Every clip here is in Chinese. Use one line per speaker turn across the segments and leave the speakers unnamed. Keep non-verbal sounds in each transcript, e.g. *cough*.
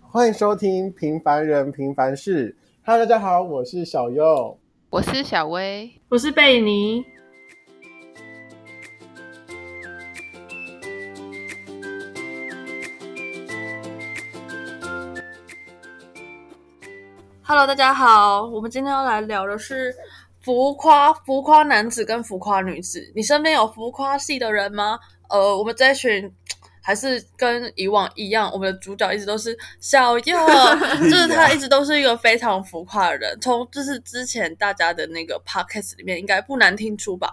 欢迎收听《平凡人平凡事》。Hello，大家好，我是小优。
我是小薇，
我是贝尼。Hello，大家好，我们今天要来聊的是浮夸浮夸男子跟浮夸女子。你身边有浮夸系的人吗？呃，我们这一群还是跟以往一样，我们的主角一直都是 *laughs* 小右，就是他一直都是一个非常浮夸的人。从就是之前大家的那个 podcast 里面，应该不难听出吧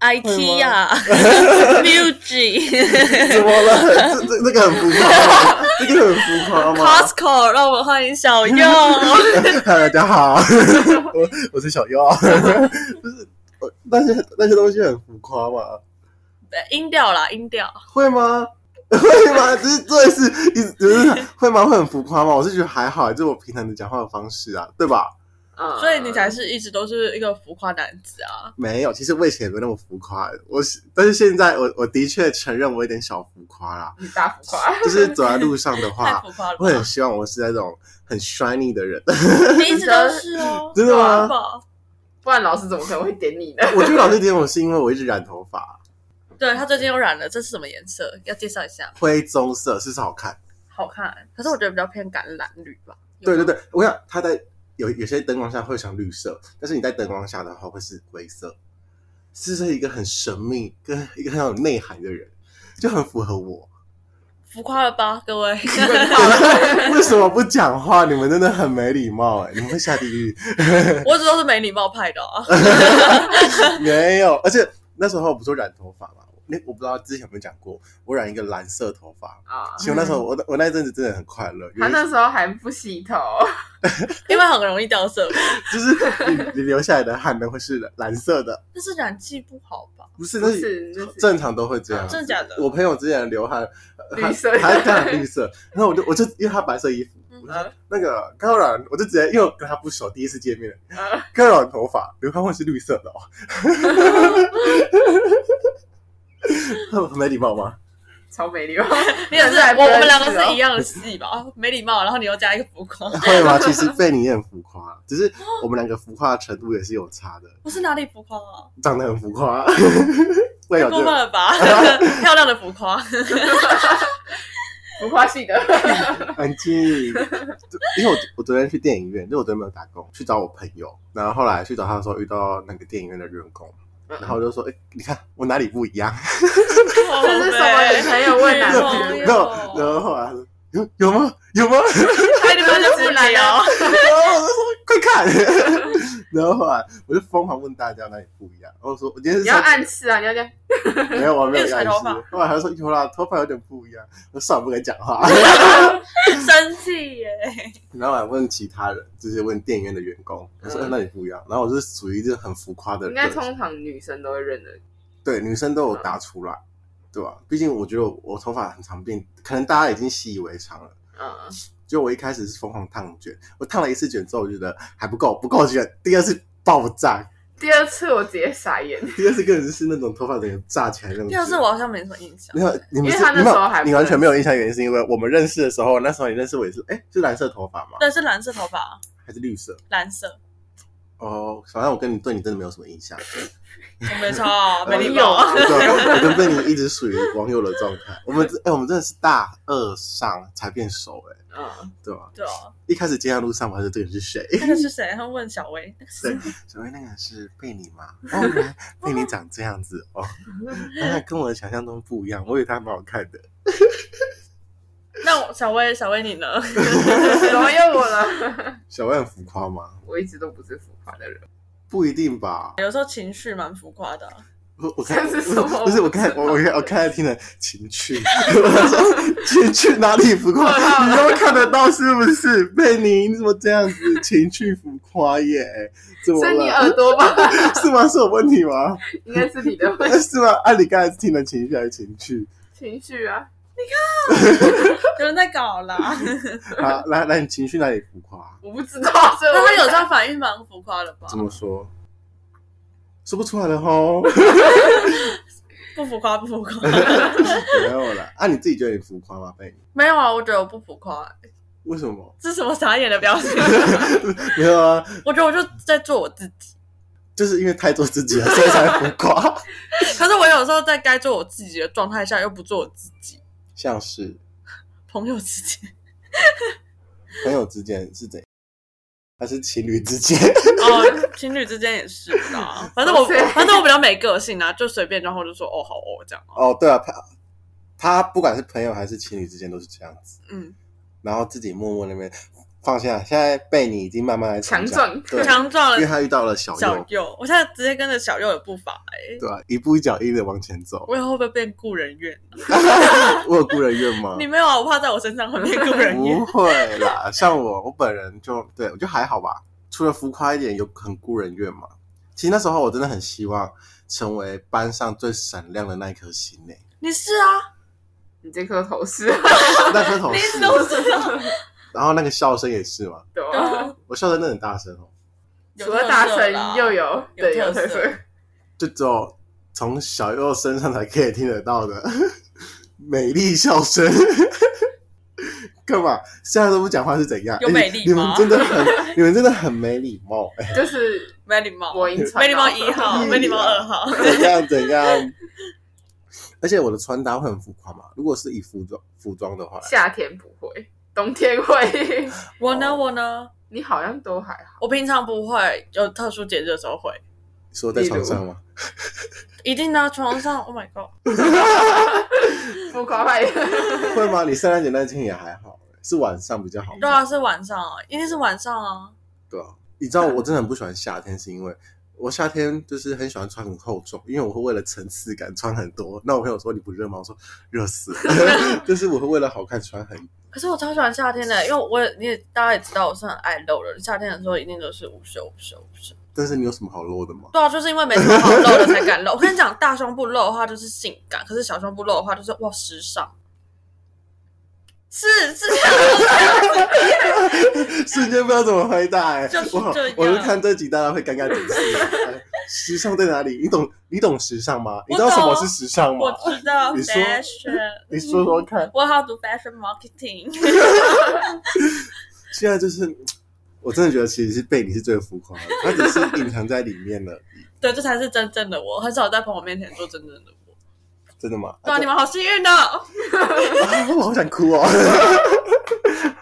？IKEA
吗
*laughs* Muji
怎么了？这这这个很浮夸吗？这个很浮夸吗
Costco，让我们欢迎小 *laughs* 右。
？Hello，大家好， *laughs* 我我是小优。就是呃那些那些东西很浮夸吗？
音调啦，音调。
会吗？会吗？只是这一次，一直就是会吗？会很浮夸吗？我是觉得还好，就是我平常的讲话的方式啊，对吧？
嗯
所以你才是一直都是一个浮夸男子啊！
没有，其实我以前也没有那么浮夸，我是，但是现在我我的确承认我有点小浮夸啦，
你大浮夸，
*laughs* 就是走在路上的
太
话，
浮夸了
我很
吧，
希望我是那种很 shiny 的人。，
你一直都是哦 *laughs*
真的吗
好不好
*laughs* 不然老师怎么可能会点你
*laughs*
呢？
我觉得老师点我是因为我一直染头发，
对他最近又染了，这是什么颜色？要介绍一下，
灰棕色是不是好看？
好看。可是我觉得比较偏橄榄绿吧。有
对
吗
对，对，我想它在有有些灯光下会像绿色，但是你在灯光下的话会是灰色，是不是一个很神秘跟一个很有内涵的人，就很符合
*laughs*
我。
浮夸了吧，各 *laughs* 位？
为什么不讲话？你们真的很没礼貌哎、你们会下地狱。
*laughs*
*laughs*
我一直都是没礼貌派的啊。
没有，而且那时候不是染头发嘛，那我不知道之前有没有讲过，我染一个蓝色头发。
啊，
其实我那时候我我那一阵子真的很快乐，因为
他啊那时候还不洗头，
因为很容易掉色，
就是你你留下来的汗呢会是蓝色的，
但是染剂不好吧？
不是
不
那
是那是啊
正常都会这样。
真的假的？
我朋友之前流汗，呃
绿色
还还染绿色，然后我就我就因为他白色衣服，
嗯
我就说那个刚染，我就直接因为我跟他不熟，第一次见面，
啊
刚染头发，流汗会是绿色的哦， *laughs* 很没礼貌
*laughs*
吗？
*laughs* 超没礼貌。
你也是，
还不
我我们
认
两
识
个
哦
是一样的系吧？没礼貌，然后你又加一个浮夸，
会吗？其实被你也很浮夸，只是我们两个浮夸的程度也是有差的，
不是哪里浮夸啊？
长得很浮
*laughs*
夸，会有
过
这
分
个 *laughs*
了吧？漂亮的浮夸。
浮夸系的，
安静。因为我我昨天去电影院，因为我昨天没有打工，去找我朋友，然后后来去找他的时候遇到那个电影院的员工，
嗯
然后我就说：“哎、你看我哪里不一
*laughs*
样
*laughs* 这
是什么女朋友问
啊
男
朋
哦
友？”
然后然后后来 *laughs* 他说有有吗？有吗？
哎，你 *laughs* 们就
直
不来
聊
聊，
然后我就说快看， *laughs* 然后后来我就疯狂问大家哪里不一样。然后我说我今天是
你要暗示啊，你要这样，
没有，我没有
没有
暗
甩头
示
发。
后来他说有啦，头发有点不一样。我算了，不敢讲话。
生气耶！
然后我还问其他人，就是问店员的员工，我说、
嗯
哎那里不一样。然后我是属于一个很浮夸的
应该嗯
人，
通常女生都会认得。
对女生都有答出来，对吧、毕竟我觉得我我头发很常变，可能大家已经习以为常了。
嗯，
就我一开始是疯狂烫卷，我烫了一次卷之后，我觉得还不够，不够卷。第二次爆炸，
第二次我直接傻眼，
第二次根本是那种头发整个炸起来那种
第
卷。
二次我好像没什么印象
没。有，你们
因为
是
他那
你没有
时候还不
你完全
认识
没有印象，原因是因为我们认识的时候，那时候你认识我也是，哎，是蓝色头发吗？
对，是蓝色头发，
还是绿色？
蓝色，
哦，反正我跟你对你真的没有什么印象，
我没 *laughs* 错啊，没礼
没有
貌
啊
啊。
我跟我跟贝你一直属于网友的状态。我们哎，我们真的是大二上才变熟哎，
嗯，
对吧？
对啊，
一开始接在路上，我还说这个是谁？ *laughs*
那个是谁？他问小薇，
对，所谓那个是贝你吗？哦，原来贝你长这样子哦，那跟我的想象中不一样，我以为他蛮好看的。
那我小薇，小薇你呢？
怎么又我了？ *laughs*
小万浮夸吗？
我一直都不是浮夸的人，
不一定吧。
有时候情绪蛮浮夸的啊，
我我看
这是什么
不是我看我我看我看他听了情趣， *laughs* 我说情趣哪里浮夸？你都看得到是不是？ *laughs* 贝尼你怎么这样子？情趣浮夸耶？怎么
是你
了？
耳朵吧？ *laughs*
*laughs* 是吗？是我问题吗？
应该是你的 *laughs* 问
*laughs* 是吗？啊，你刚才是听了情绪还是情趣？
情绪啊，
有人在搞 *laughs* 啦。
好，来啊来，你情绪哪里浮夸？
我不知道，所以
那
我
他有这样反应蛮浮夸的吧？
怎么说？说不出来了吼，
不浮夸，不浮 *laughs* 夸。
没有啦。啊，你自己觉得你浮夸吗？贝尼？
没有啊，我觉得我不浮夸。
为什么？ *laughs*
这是什么傻眼的表 *laughs* 情？
没有啊，
我觉得我就在做我自己，
就是因为太做自己了，所以才浮夸。 *laughs*
可是我有时候在该做我自己的状态下，又不做我自己。
像是
朋友之间，
朋友之间是怎样？还是情侣之间？ *laughs*
哦，情侣之间也是啊。反正我，反正我比较没个性啊，就随便，然后就说哦好哦这样啊。
哦，对啊，他他不管是朋友还是情侣之间都是这样子，
嗯，
然后自己默默那边放下。现在被你已经慢慢来
强壮
对，
强壮
因为
了
他遇到了小
小
右，
右，我现在直接跟着小右的步伐哎、
对啊，一步一脚印的往前走。
我以后会不会变故人怨啊、
我有故人怨吗？
*laughs* 你没有啊？我怕在我身上会变故人怨
不。会啦，像我，我本人就对我觉得还好吧，除了浮夸一点，有很顾人怨嘛。其实那时候我真的很希望成为班上最闪亮的那一颗星
*laughs*
诶、
你是啊，
*laughs* 你这颗头是，
那颗头
你
哦是，
都啊知道。
然后那个笑声也是嘛，
*laughs* 对
对
啊
啊
我笑声真的很大声哦，
有
除了
特
大
色
神
啦
又有
有
对有
特
特
色
色， *laughs*
就只有从小右身上才可以听得到的 *laughs* 美丽笑声。 *laughs* 干嘛？现在都不讲话是怎样？
有
哎
美丽
你们
吗
真的很，你们真的很没礼貌。哎
就是
没礼貌，
我已经传哦
没礼貌
到
一
*laughs*
号，没礼貌二号。
怎样怎样。而且我的穿搭会很浮夸嘛？如果是以服装服装的话，
夏天不会，冬天会， *laughs*
我呢，我呢，
你好像都还好，
我平常不会，有特殊节日的时候会。
说在床上吗？
一定呢，床上，Oh my god，
浮夸派
会吗？你圣诞节那天也还好，是晚上比较好看。
对啊，是晚上啊，一定是晚上啊。
对啊，你知道我真的很不喜欢夏天，是因为我夏天就是很喜欢穿很厚重，因为我会为了层次感穿很多。那我朋友说你不热吗？我说热死了， *laughs* 就是我会为了好看穿很。
可是我超喜欢夏天的，因为我也你也大家也知道我是很爱露的人，夏天的时候一定都是无袖无袖无袖。
但是你有什么好露的吗？
对啊，就是因为没什么好露的才敢 *laughs* 露。我跟你讲，大胸部露的话就是性感，可是小胸部露的话就是哇时尚。是是这样的，
瞬间不知道怎么回答、哎，
就是
我
这样
我就看这集大家会尴尬几
*laughs*
次、哎时尚在哪里？你懂你懂时尚吗？你知道
我
什
懂
么是时尚吗？
我知道
你说
fashion。
你说说看。
我好读 fashion marketing。 *laughs*
现在就是，我真的觉得其实是贝里是最浮夸的，他只是隐藏在里面了。
对，这才是真正的我，很少在朋友面前做真正的我。
真的吗？
对啊，你们好幸运 *laughs* 哦！
啊，我好想哭哦， *laughs*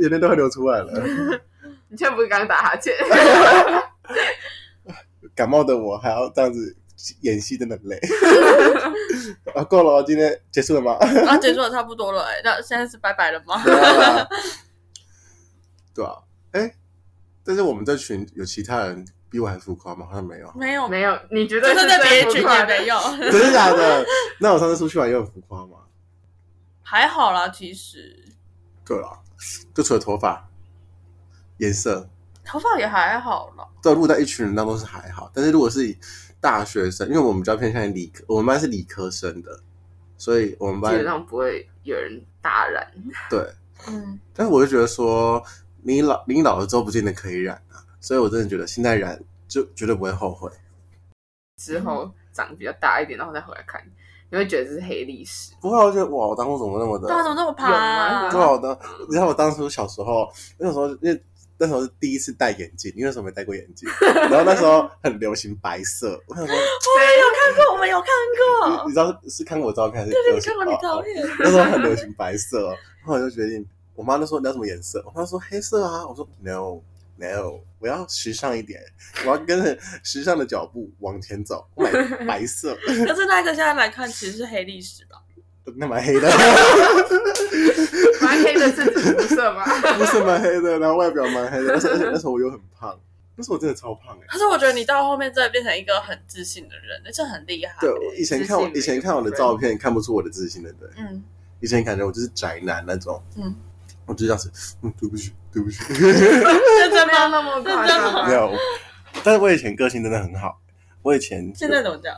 眼泪都快流出来了。
*laughs* 你却不是刚打哈欠，
感冒的我还要这样子演戏，真的很累。啊，够了哦，今天结束了吗？ *laughs*
啊，结束的差不多了、哎，那现在是拜拜了吗？，
啊对啊，哎、但是我们这群有其他人比我还浮夸吗？好像没有
*laughs* 没有，
没有，你觉得
就是是在别人
最
群
浮夸
也
的
没有，
真的假的？那我上次出去玩也很浮夸吗？
还好啦，其实
对啊，就除了头发、颜色，
头发也还好啦。
对，如果在一群人当中是还好，但是如果是以大学生，因为我们比较偏向于理科，我们班是理科生的，所以我们
基
班
本上不会有人打染，
对，
嗯，
但是我就觉得说，你老你老了之后不见得可以染啊，所以我真的觉得现在染就绝对不会后悔，
之后长比较大一点，然后再回来看，你会觉得这是黑
*laughs*
历史。
不会，我觉得哇，我当初怎么那么的
对啊，怎么那么爬、
有
对
吗
啊，我当你知道我当初小时候，那时候因为那时候是第一次戴眼镜，因为那时候没戴过眼
*laughs*
镜，然后那时候很流行白色，我想说，
对，
看过，我们有看
你
*laughs*
*laughs*
过
你，知道是看我照片还是流
对对，
行哦
看过你照片。
*laughs* 那时候很流行白色，然后我就决定，我妈就说你要什么颜色，我妈说黑色啊，我说 no no，我要时尚一点，我要跟着时尚的脚步往前走，我买白色，
可是那个现在来看，其实是黑历史吧？
那蛮黑的，
蛮黑的是紫色吗？
不是蛮黑的，然后外表蛮黑的，而且而且那时候我又很胖，那时候我真的超胖哎、
可是我觉得你到后面真的变成一个很自信的人，这很厉害。
对，我以前看我以前看我的照片，看不出我的自信的，对，
嗯，
以前感觉我就是宅男那种，
嗯，
我就这样子，嗯，对不起，对不起， *laughs*
认真
没
吗？
有那么
真
夸
的
张啊
吗
没
吧，
有，但是我以前个性真的很好，我以前
现在怎么讲？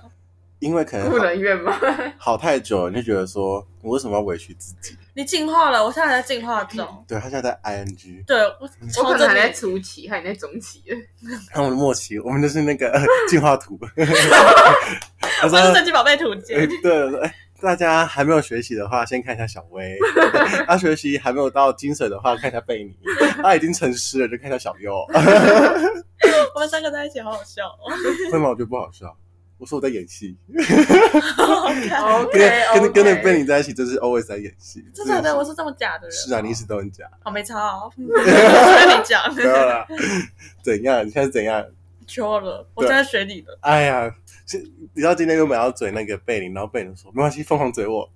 因为可能
不能怨吗？
好太久了，你就觉得说我为什么要委屈自己？
你进化了，我现在还在进化中。
对他现在在 ing，
对，我
我
朝
可
着
能还在
你，
初期，还在中期，
然后我们默契，我
*laughs*
们就是那个 *laughs* 进化图。他
我是
说
神奇宝贝图：“
哎
鉴，
对，我说哎，大家还没有学习的话，先看一下小薇； *laughs* 他学习还没有到精髓的话，看一下贝尼；他已经成师了，就看一下小 *laughs* 优。
我们三个在一起好好
*laughs*
笑哦，
会吗？我觉得不好笑。我说我在演戏，
好好看
跟
OK，
跟跟着贝尼在一起，就是 always 在演戏。
哦真的假的，
是
我是这么假的人。
是啊，你一直都
*laughs*
很假。
好没差
*laughs*
哦，嗯跟你讲，
没有啦， *laughs* 怎样？你现在是怎样？
求了，我
对
现在学你了。
哎呀，是你知道今天原本要嘴那个贝林，然后贝林说没关系，疯狂嘴我。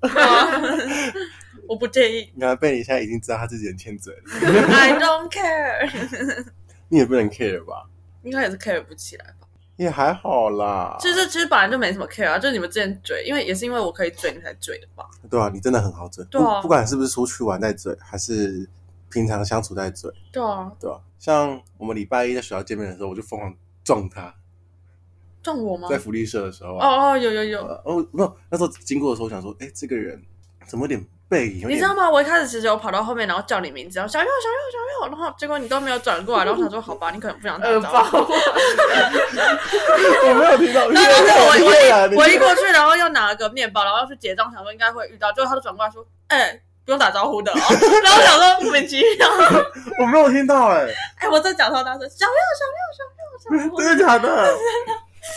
*laughs* 我不介意
然后贝林现在已经知道他自己很欠嘴了，
，I don't care。
你也不能 care
*laughs*
吧？
应该也是 care 不起来吧？
也还好啦，
其实其实本来就没什么 care 啊，就是你们之前嘴，因为也是因为我可以嘴，你才嘴的吧？
对啊，你真的很好嘴，
对啊
不不管是不是出去玩在嘴，还是平常相处在嘴，
对啊，
对吧、像我们礼拜一在学校见面的时候，我就疯狂撞他，
撞我吗
在？福利社的时候啊，
哦哦，有有有，
呃哦，没有，那时候经过的时候，我想说，哎，这个人怎么有点背影，有
你
点
知道吗？我一开始其实有跑到后面，然后叫你名字，然后小右小右小右，然后结果你都没有转过来，然后我想说好吧，你可能不想打 *laughs*
恶
招呼。
爆，
*laughs* 我没有听到，
然后
我
我
越来
*laughs* 我一
你
过去，然后又拿了个面包，然后要去结账，想说应该会遇到，结果他就转过来说：“哎、不用打招呼的、哦。”然后我想说莫名其妙，
我没有听到哎、
*laughs* 哎、我在讲超大声，小右
*laughs*
小右小右小
真的假的？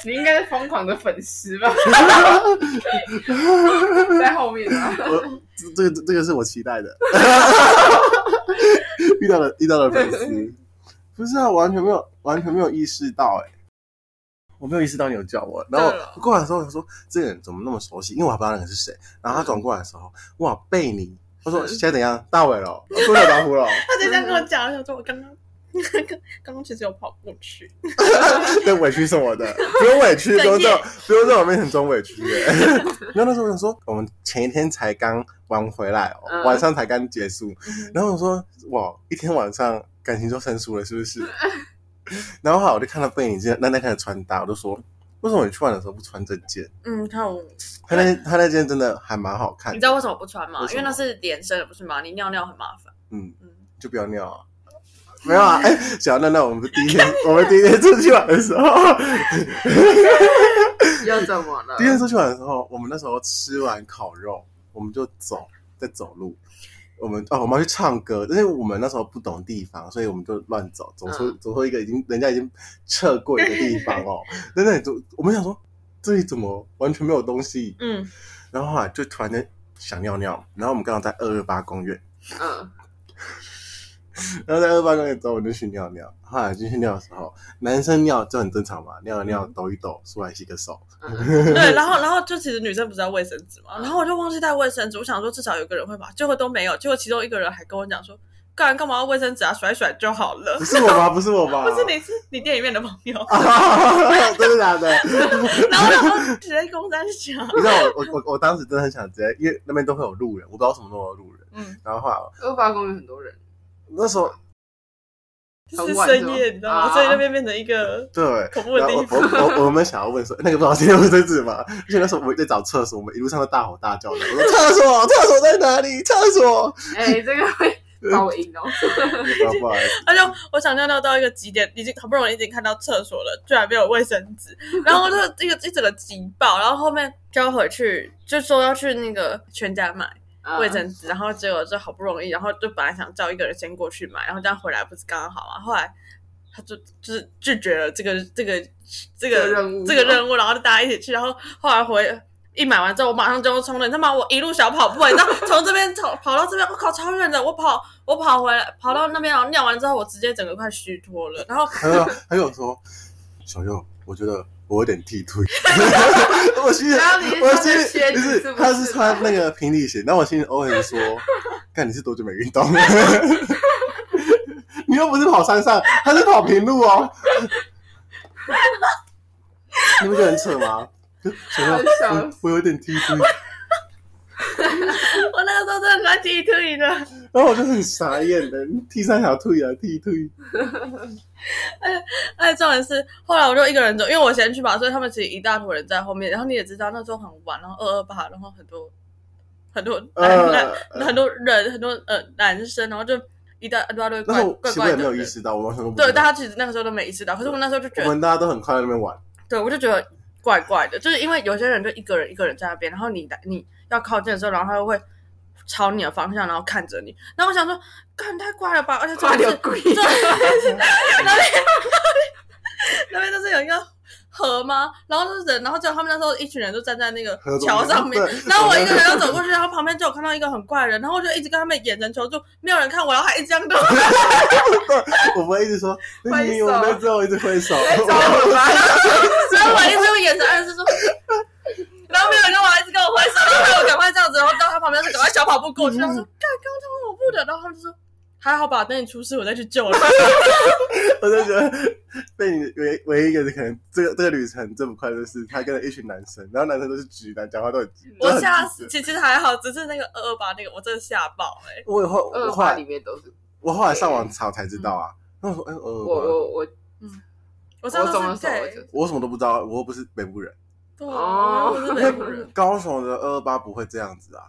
你应该是疯狂的粉丝
*laughs*
吧？在后面啊，
我这这个这个是我期待的， *laughs* 遇到了遇到了粉丝，不是啊，完全没有完全没有意识到哎、我没有意识到你有叫我，然后
对了
我过来的时候我想说这个人怎么那么熟悉，因为我还不知道那个人是谁，然后他转过来的时候，哇贝尼，他
*laughs*
说现在怎样大伟了，不打招呼了，
他就这样跟我讲，我想说我刚刚刚刚其实有跑过去，
*laughs* 对委屈是我的，不用委屈，
哽
不
咽
用在我不用在我面前装委屈、 *laughs* 哎然后那时候我想说，我们前一天才刚玩回来哦，
嗯
晚上才刚结束，
嗯
然后我说哇，一天晚上感情就生疏了，是不是？ *laughs* 然后后来我就看到贝影那那天的穿搭，我就说为什么你去玩的时候不穿这件？
嗯，看我，
他那他那件真的还蛮好看
你知
的，
道为什么不穿吗
为？什
因
么
为那是连身的，不是吗？你尿尿很麻烦，
嗯，
嗯，
就不要尿啊。没有啊，哎、小娜娜，我们第
*laughs*
一天，我们第一天出去玩的时候，
*laughs* 又怎么了
第一？天出去玩的时候，我们那时候吃完烤肉，我们就走，在走路。我们哦，我们要去唱歌，但是我们那时候不懂地方，所以我们就乱走，走出、
嗯
走出一个已经人家已经撤过一个地方
*laughs*
哦，在那里走，我们想说这里怎么完全没有东西， *laughs*
嗯，
然后后来就突然间想尿尿，然后我们刚好在二二八公园，
嗯，
然后在二八公园之后我就去尿尿，后来进去尿的时候，男生尿就很正常嘛，尿一尿
嗯
抖一抖，出来洗个手，
对，
*laughs*
然后然后就其实女生不是要卫生纸嘛，然后我就忘记带卫生纸，我想说至少有个人会吧，结果都没有，结果其中一个人还跟我讲说，干干嘛要卫生纸啊，甩一甩就好了
不。是我吧？不是我吧？
不是你是你店里面的朋友，
啊， *laughs* 真的假的？
*laughs* 然后我就直接公三小，
你知道我我我我当时真的很想直接，因为那边都会有路人，我不知道为什么都有路人。
嗯，
然后后来
恶霸公有很多人，
那时候
就是深夜，你知道吗？
啊
所以那边变成一个
对，
恐怖的
然后
地
我
方。
我我我们想要问说，那个不知道今天卫生纸吗？而且那时候我们在找厕所，我们一路上都大吼大叫的，我说厕所厕所在哪里？厕所！
哎，这个会爆音哦。
不好意思，
他就我想尿尿到一个极点，已经好不容易已经看到厕所了，居然没有卫生纸，然后我就一个一整个急爆，然后后面就要回去，就说要去那个全家买
嗯
卫生纸，然后结果就好不容易，然后就本来想叫一个人先过去买，然后这样回来不是刚刚好吗？后来他就就是拒绝了这个这个这
这
个
个任务
这个任务，然后就大家一起去，然后后来回。一买完之后，我马上就冲了，你他妈我一路小跑步，你知道，从这边跑跑到这边，我靠，超远的！我跑，我跑回来，跑到那边，然后尿完之后，我直接整个快虚脱了。然后
还有还有说，小佑，我觉得我有点剃腿， *laughs* 我心里
然后你是
我
穿
心
着
里
靴
不
子
是
是不是
他是穿那个平底鞋，然后我心里 OS 说，看你是多久没运动了？ *laughs* 你又不是跑山上，他是跑平路哦。 *laughs* 你们觉得很扯吗？小
好
佑，
笑 *laughs*
我我有点剃腿，
我那个时候真的蛮鸡腿的，
然后我就很傻眼的，剃三条腿啊，剃腿。
而且哎重点是，后来我就一个人走，因为我先去嘛，所以他们其实一大坨人在后面。然后你也知道，那时候很晚，然后二二八，然后很多很多男、
呃，
男很多人，很多呃男生，然后就一大一大堆
那
怪
时候
怪
其实我
怪
也
的
没有意
人。
识到，我完全都不知
对，大
道。
家其实那个时候都没意识到，可是我那时候就觉
我
得，
们大家都很快在那边玩。
对我就觉得怪怪的，就是因为有些人就一个人一个人在那边，然后你你要靠近的时候，然后他会朝你的方向，然后看着你。然后我想说，干太怪了吧！而且重
抓
点
流
是
鬼，
对，
啊
那边那边就是有一个河吗？然后就是人，然后就他们那时候一群人就站在那个
河中
桥
间
上面
对，
然后我一个人要走过去，然后旁边就有看到一个很怪的人，然后我就一直跟他们眼神求助，没有人看我，然后还一直这样
*laughs*
对我
我们一直说，
挥手
你我们之后一直挥手，
抓我吧！
啊
然后我一直用眼神暗示说。 *laughs* 然后没有人跟我，一直跟我挥手，然后还有赶快这样子，然后到他旁边就赶快小跑步
嗯
过去，然后说：“干，刚刚超恐怖的。”然后他们就说：“还好吧，等你出事我再
*laughs*
去救你。
*laughs* 我就觉得被你唯唯一一个可能这个这个旅程最不快乐的是，他跟了一群男生，然后男生都是直男，讲话都很直”
我吓死，。其实还好，只是那个二二八那个，我真的吓爆
*laughs*
哎、
我以后
二
我后
话
来
里面都是
我后来上网查才知道啊，那我说哎
我
呃，
我我
我上
我中
次
的
是
时候我
*laughs*
gay，
就是
我什么都不知道，我又不是北部人，
对，
哦
我是美国人。
高雄的二二八不会这样子啊。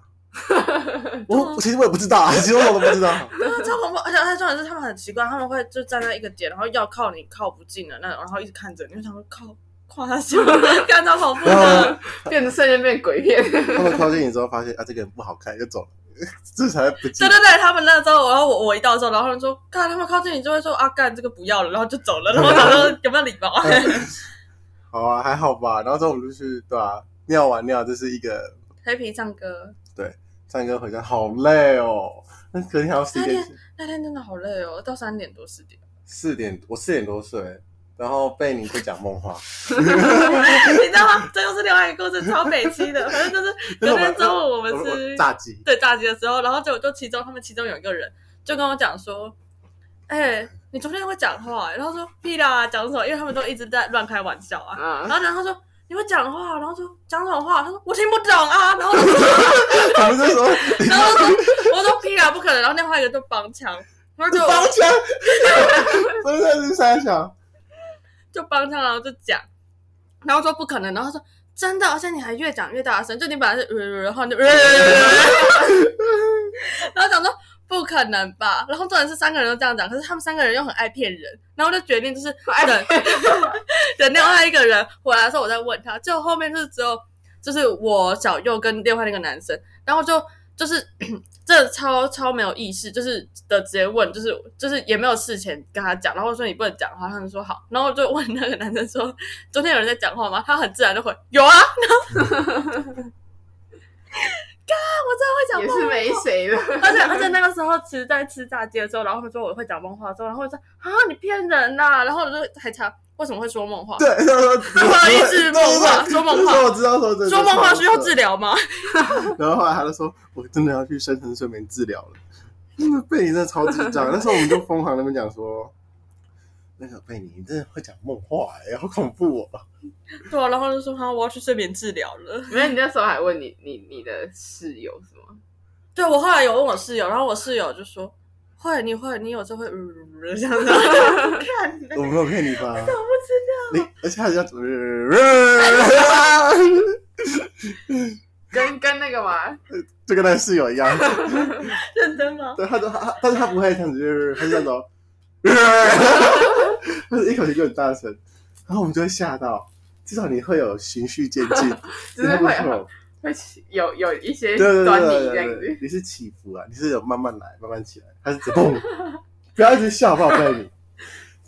我其实我也不知道啊，其实我什么都不知道。
对 *laughs* 超恐怖！而且他重点是他们很奇怪，他们会就站在一个点，然后要靠你靠不近的那种，然后一直看着你，就想说靠跨他
*laughs*
胸，看到恐怖
然后
的
呢，
变成瞬间变鬼片，
他们靠近你之后发现啊，这个人不好看，就走了， *laughs* 这才不
*laughs* 对
近。
对对，他们那时候，然后我我一到的时候，然后他们说看他们靠近你就会说啊干这个不要了，然后就
*laughs*
走了，然后我想说有没有礼貌？
好啊，还好吧。然后之后我们就去对啊，尿完尿，这是一个
黑皮唱歌
唱歌回家，好累哦。那隔天还要十一点起。
那天真的好累哦，到三点多四 *laughs*
*laughs*
点，
四点，我四点多睡，然后被你会讲梦话，
你知道吗？这又是另外一个故事，超北七的，反正就是隔天中午我们
我
是
炸鸡，
对炸鸡的时候，然后就就其中他们其中有一个人就跟我讲说，哎、你昨天会讲话欸、然后说屁啦，讲什么？因为他们都一直在乱开玩笑啊。然
嗯，
后然后说你会讲话，然后说讲什么话？他说我听不懂啊。然后我就说
我们就说
然后我说我说屁啦，不可能。然后另外一个就帮腔，然后就
方向，真的是三小，
就帮腔，然后就讲，然后说不可能，然后说。真的，而且你还越讲越大声，就你本来是，呃然后你就，呃呃 *laughs* 然后想说不可能吧，然后重点是三个人都这样讲，可是他们三个人又很爱骗人，然后就决定就是等等另外一个人回来的时候，我再问他。就后面就是只有就是我小右跟另外那个男生，然后就 *clears throat* 就是这超超没有意识，就是的直接问，就是就是也没有事前跟他讲，然后我说你不能讲话，他们说好，然后我就问那个男生说昨天有人在讲话吗？他很自然就回有啊，
*laughs*
然后干我真的会讲
也
话
是没谁了，
而且而且那个时候，其实在吃炸鸡的时候，然后他们说我会讲梦话之后，然后我就说啊你骗人呐、然后我就还查为什么会说梦话，
对，他说不
好意思梦话说梦话
我知道说真的
说梦话需要治
疗，
疗吗？ *laughs*
然后后来他就说我真的要去深层睡眠治疗了，真的贝你真的超智障，那时候我们就疯狂地跟他们讲说。那个贝尼，你真的会讲梦话哎、好恐怖哦！
对啊，然后就说啊我要去睡眠治疗了。
没有，你那时候还问你你你的室友是吗？
对我后来有问我室友，然后我室友就说会你会你有时候会呃呃呃这样子，看
*laughs*
我没有骗你吧？
不
你而且还像，呃
跟跟那个嘛，
就跟他室友一样，
认真吗？
对，他都他，但是他不会这样子，他是那种，他是一口气就很大声，然后我们就会吓到，至少你会有循序渐进，
就是
你
会
不错
会有有一些
对对
端倪
对
这
对
样
对
子 *laughs*
对，，你是起伏啊，你是有慢慢来，慢慢起来，他是怎么？不要一直笑，宝贝你。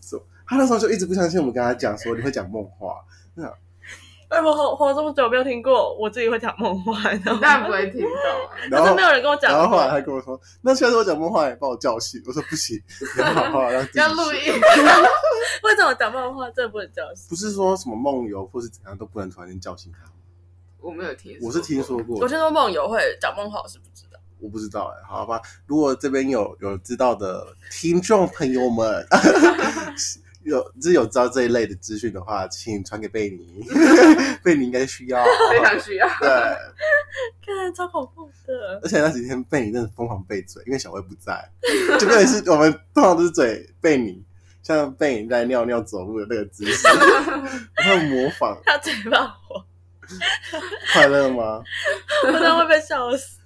So，他那时候就一直不相信我们跟他讲说你会讲梦话，
哎，我活活这么久没有听过我自己会讲梦话，你知道
当然
吗 *laughs*
不？会听到啊。
然
但
后
是没有人跟我讲
然后后
过
来，他跟我说，那虽然说我讲梦话，也把我叫醒。我说不行，你要好好让自己
*laughs* 要
睡
录音，
为什么讲梦话真的不能叫醒？
不是说什么梦游或是怎样都不能突然间叫醒他。
我没有听，
我是听，说过的，
我听说梦游会讲梦话，我是不知道。
我不知道哎、好吧。如果这边有有知道的听众朋友们， *laughs* 有就是有知道这一类的资讯的话，请传给贝尼， *laughs* 贝尼应该需要。
非常需要。
对，
看，超恐怖的。
而且那几天贝尼真的疯狂被嘴，因为小薇不在， *laughs* 就变成是我们通常都是嘴贝尼，像贝尼在尿尿走路的那个姿势， *laughs* 然后模仿
他嘴巴我，
快乐吗？
我真的会被笑死。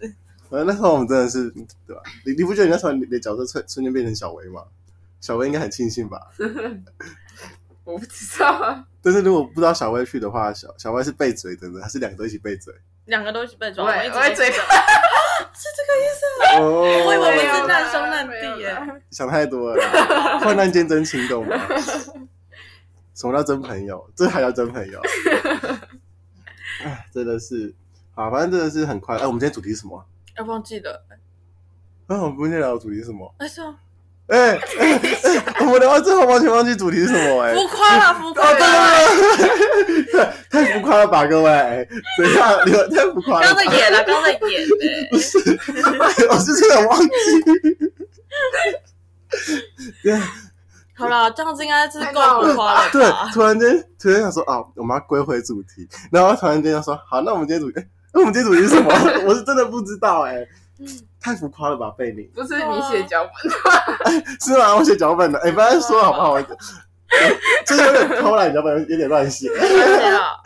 反正那时候我们真的是，对吧？你你不觉得你那时候你的角色瞬瞬间变成小薇吗？小薇应该很庆幸吧？
我不知道啊，
但是如果不知道小薇去的话，小小薇是被嘴的呢，还是两个都一起被嘴？
两个都一起被
我
抓，
会
一直
我会
被
嘴
抓
巴，
哦，
我以为我们
没有
是
啦
难兄难弟耶
没有啦
想太多了啦，患难见真情，懂吗？什么叫真朋友？这还叫真朋友？哎，真的是，好，反正真的是很快乐。哎，我们今天主题是什么啊？
哎，忘记了，
啊，我们今天聊的主题是什么？
哎，是吗
哎、哎哎我们聊到最后完全忘记主题是什么哎、啊
浮夸
*laughs*
啦，浮夸
哦对
啦，
*laughs* 太浮夸了吧，各位！等一下，你们太浮夸了
刚刚
吧
在。演啦，刚刚在演的，
不是， *laughs* 我是真的忘记。 *laughs* 对
好啦，这样子应该是够浮夸了
*laughs* 对
吧，？
突然间，突然间想说啊，我们要归回主题，然后突然间就说好，那我们今天主题，哎那我们今天主题是什么？我是真的不知道哎、太浮夸了吧，贝宁？
不是你写脚本，
是吗？我写脚本的，哎、不要再说了好不好？我就是有点偷懒，脚本有点乱写。
对啊啦，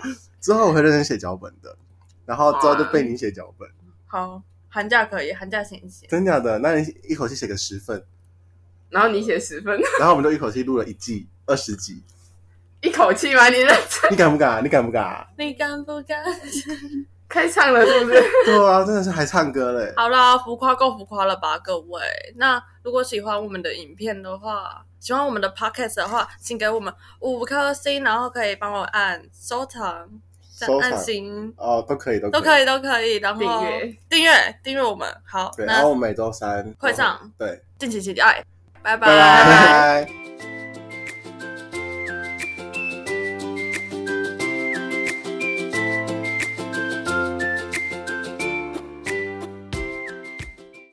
之后我会认真写脚本的，然后之后就被你写脚本，
好，寒假可以，寒假行行，
真假的？那你一口气写个十份，
然后你写十分，
然后我们就一口气录了一季二十集，
一口气吗？你认真
你敢不敢啊？你敢不敢啊？
你敢不敢？ *laughs*
开唱了是不是？
对啊，真的是还唱歌嘞。
好啦，浮夸够浮夸了吧，各位。那如果喜欢我们的影片的话，喜欢我们的 podcast 的话，请给我们五颗星，然后可以帮我按收藏、再
收藏
按星，
哦，都可以，都
都
可
可
以。
以，都可以。然后
订阅
订阅，订阅我们。好，
对，然
那
后每周三
快上
对，
敬请期待，拜
拜拜。